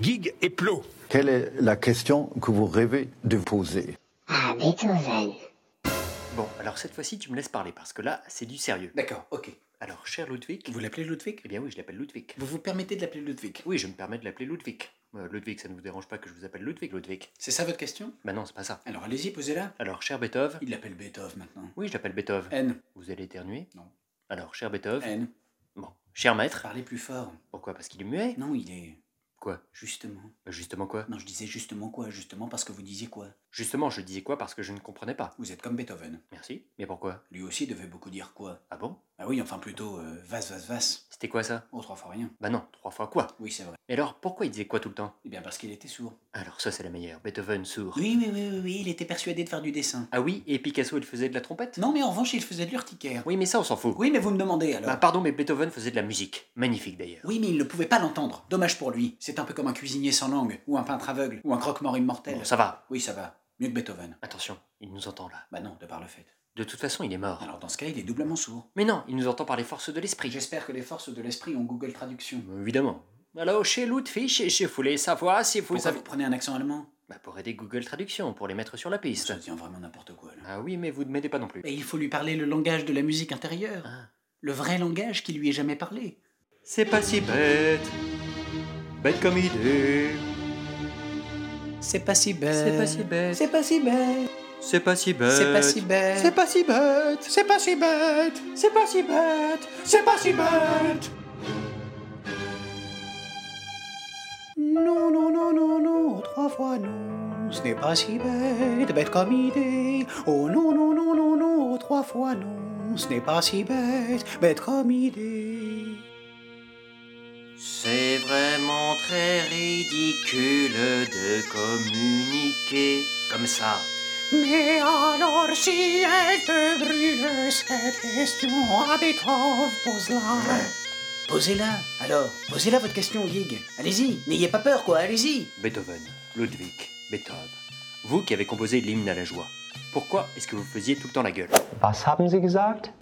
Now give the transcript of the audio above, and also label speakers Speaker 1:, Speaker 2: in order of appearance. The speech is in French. Speaker 1: Guigues et Plot.
Speaker 2: Quelle est la question que vous rêvez de poser
Speaker 3: Ah, Beethoven.
Speaker 4: Bon, alors cette fois-ci, tu me laisses parler parce que là, c'est du sérieux.
Speaker 5: D'accord, ok.
Speaker 4: Alors, cher Ludwig.
Speaker 5: Vous l'appelez Ludwig
Speaker 4: Eh bien oui, je l'appelle Ludwig.
Speaker 5: Vous vous permettez de l'appeler Ludwig
Speaker 4: Oui, je me permets de l'appeler Ludwig. Euh, Ludwig, ça ne vous dérange pas que je vous appelle Ludwig, Ludwig
Speaker 5: C'est ça votre question
Speaker 4: Bah non, c'est pas ça.
Speaker 5: Alors allez-y, posez-la.
Speaker 4: Alors, cher Beethoven.
Speaker 5: Il l'appelle Beethoven maintenant.
Speaker 4: Oui, je l'appelle Beethoven.
Speaker 5: N.
Speaker 4: Vous allez éternuer
Speaker 5: Non. Euh.
Speaker 4: Alors, cher Beethoven.
Speaker 5: N.
Speaker 4: Bon, cher maître.
Speaker 5: Parlez plus fort.
Speaker 4: Pourquoi Parce qu'il est muet
Speaker 5: Non, il est.
Speaker 4: Quoi
Speaker 5: Justement.
Speaker 4: Bah, Justement quoi
Speaker 5: Non, je disais justement quoi Justement parce que vous disiez quoi
Speaker 4: Justement, je disais quoi parce que je ne comprenais pas.
Speaker 5: Vous êtes comme Beethoven.
Speaker 4: Merci. Mais pourquoi
Speaker 5: Lui aussi devait beaucoup dire quoi
Speaker 4: Ah bon
Speaker 5: Ah oui, enfin plutôt euh, vas, vas, vas.
Speaker 4: C'était quoi ça
Speaker 5: Oh, trois fois rien.
Speaker 4: Bah non, trois fois quoi
Speaker 5: Oui, c'est vrai.
Speaker 4: Et alors, pourquoi il disait quoi tout le temps
Speaker 5: Eh bien parce qu'il était sourd.
Speaker 4: Alors ça, c'est la meilleure. Beethoven sourd.
Speaker 5: Oui, oui, oui, oui, oui, il était persuadé de faire du dessin.
Speaker 4: Ah oui, et Picasso, il faisait de la trompette
Speaker 5: Non, mais en revanche, il faisait de l'urticaire.
Speaker 4: Oui, mais ça, on s'en fout.
Speaker 5: Oui, mais vous me demandez alors.
Speaker 4: Bah pardon, mais Beethoven faisait de la musique. Magnifique d'ailleurs.
Speaker 5: Ah. Oui, mais il ne pouvait pas l'entendre. Dommage pour lui. C'est un peu comme un cuisinier sans langue, ou un peintre aveugle, ou un croque-mort immortel.
Speaker 4: Bon, ça va.
Speaker 5: Oui, ça va. Mieux que Beethoven.
Speaker 4: Attention, il nous entend là.
Speaker 5: Bah non, de par le fait.
Speaker 4: De toute façon, il est mort.
Speaker 5: Alors dans ce cas, il est doublement sourd.
Speaker 4: Mais non, il nous entend par les forces de
Speaker 5: Et
Speaker 4: l'esprit.
Speaker 5: J'espère que les forces de l'esprit ont Google Traduction.
Speaker 4: Évidemment. Alors, chez Ludwig, je je voulais savoir si vous
Speaker 5: Pourquoi
Speaker 4: avez...
Speaker 5: vous prenez un accent allemand
Speaker 4: Bah pour aider Google Traduction, pour les mettre sur la piste.
Speaker 5: Ça devient vraiment n'importe quoi, là.
Speaker 4: Ah oui, mais vous ne m'aidez pas non plus.
Speaker 5: Et il faut lui parler le langage de la musique intérieure.
Speaker 4: Ah.
Speaker 5: Le vrai langage qui lui est jamais parlé.
Speaker 4: C'est pas si bête. Bête comme idée.
Speaker 5: C'est pas si bête.
Speaker 4: C'est pas si bête.
Speaker 5: Euh, C'est pas si bête.
Speaker 4: C'est pas si bête.
Speaker 5: C'est pas si bête.
Speaker 4: C'est pas si bête. C'est pas si bête. C'est pas si bête. C'est pas si bête.
Speaker 5: Non, non, non, non, non, trois fois non, ce n'est pas si bête, bête comme idée. Oh non, non, non, non, non, trois fois non, ce n'est pas si bête, bête comme idée.
Speaker 4: C'est vraiment très ridicule de communiquer comme ça.
Speaker 5: Mais alors si elle te brûle cette question, à Beethoven, pose-la. Posez-la, alors, posez-la votre question, Gig. Allez-y, n'ayez pas peur, quoi, allez-y.
Speaker 4: Beethoven, Ludwig, Beethoven. Vous qui avez composé l'hymne à la joie, pourquoi est-ce que vous faisiez tout le temps la gueule
Speaker 6: Was haben Sie gesagt?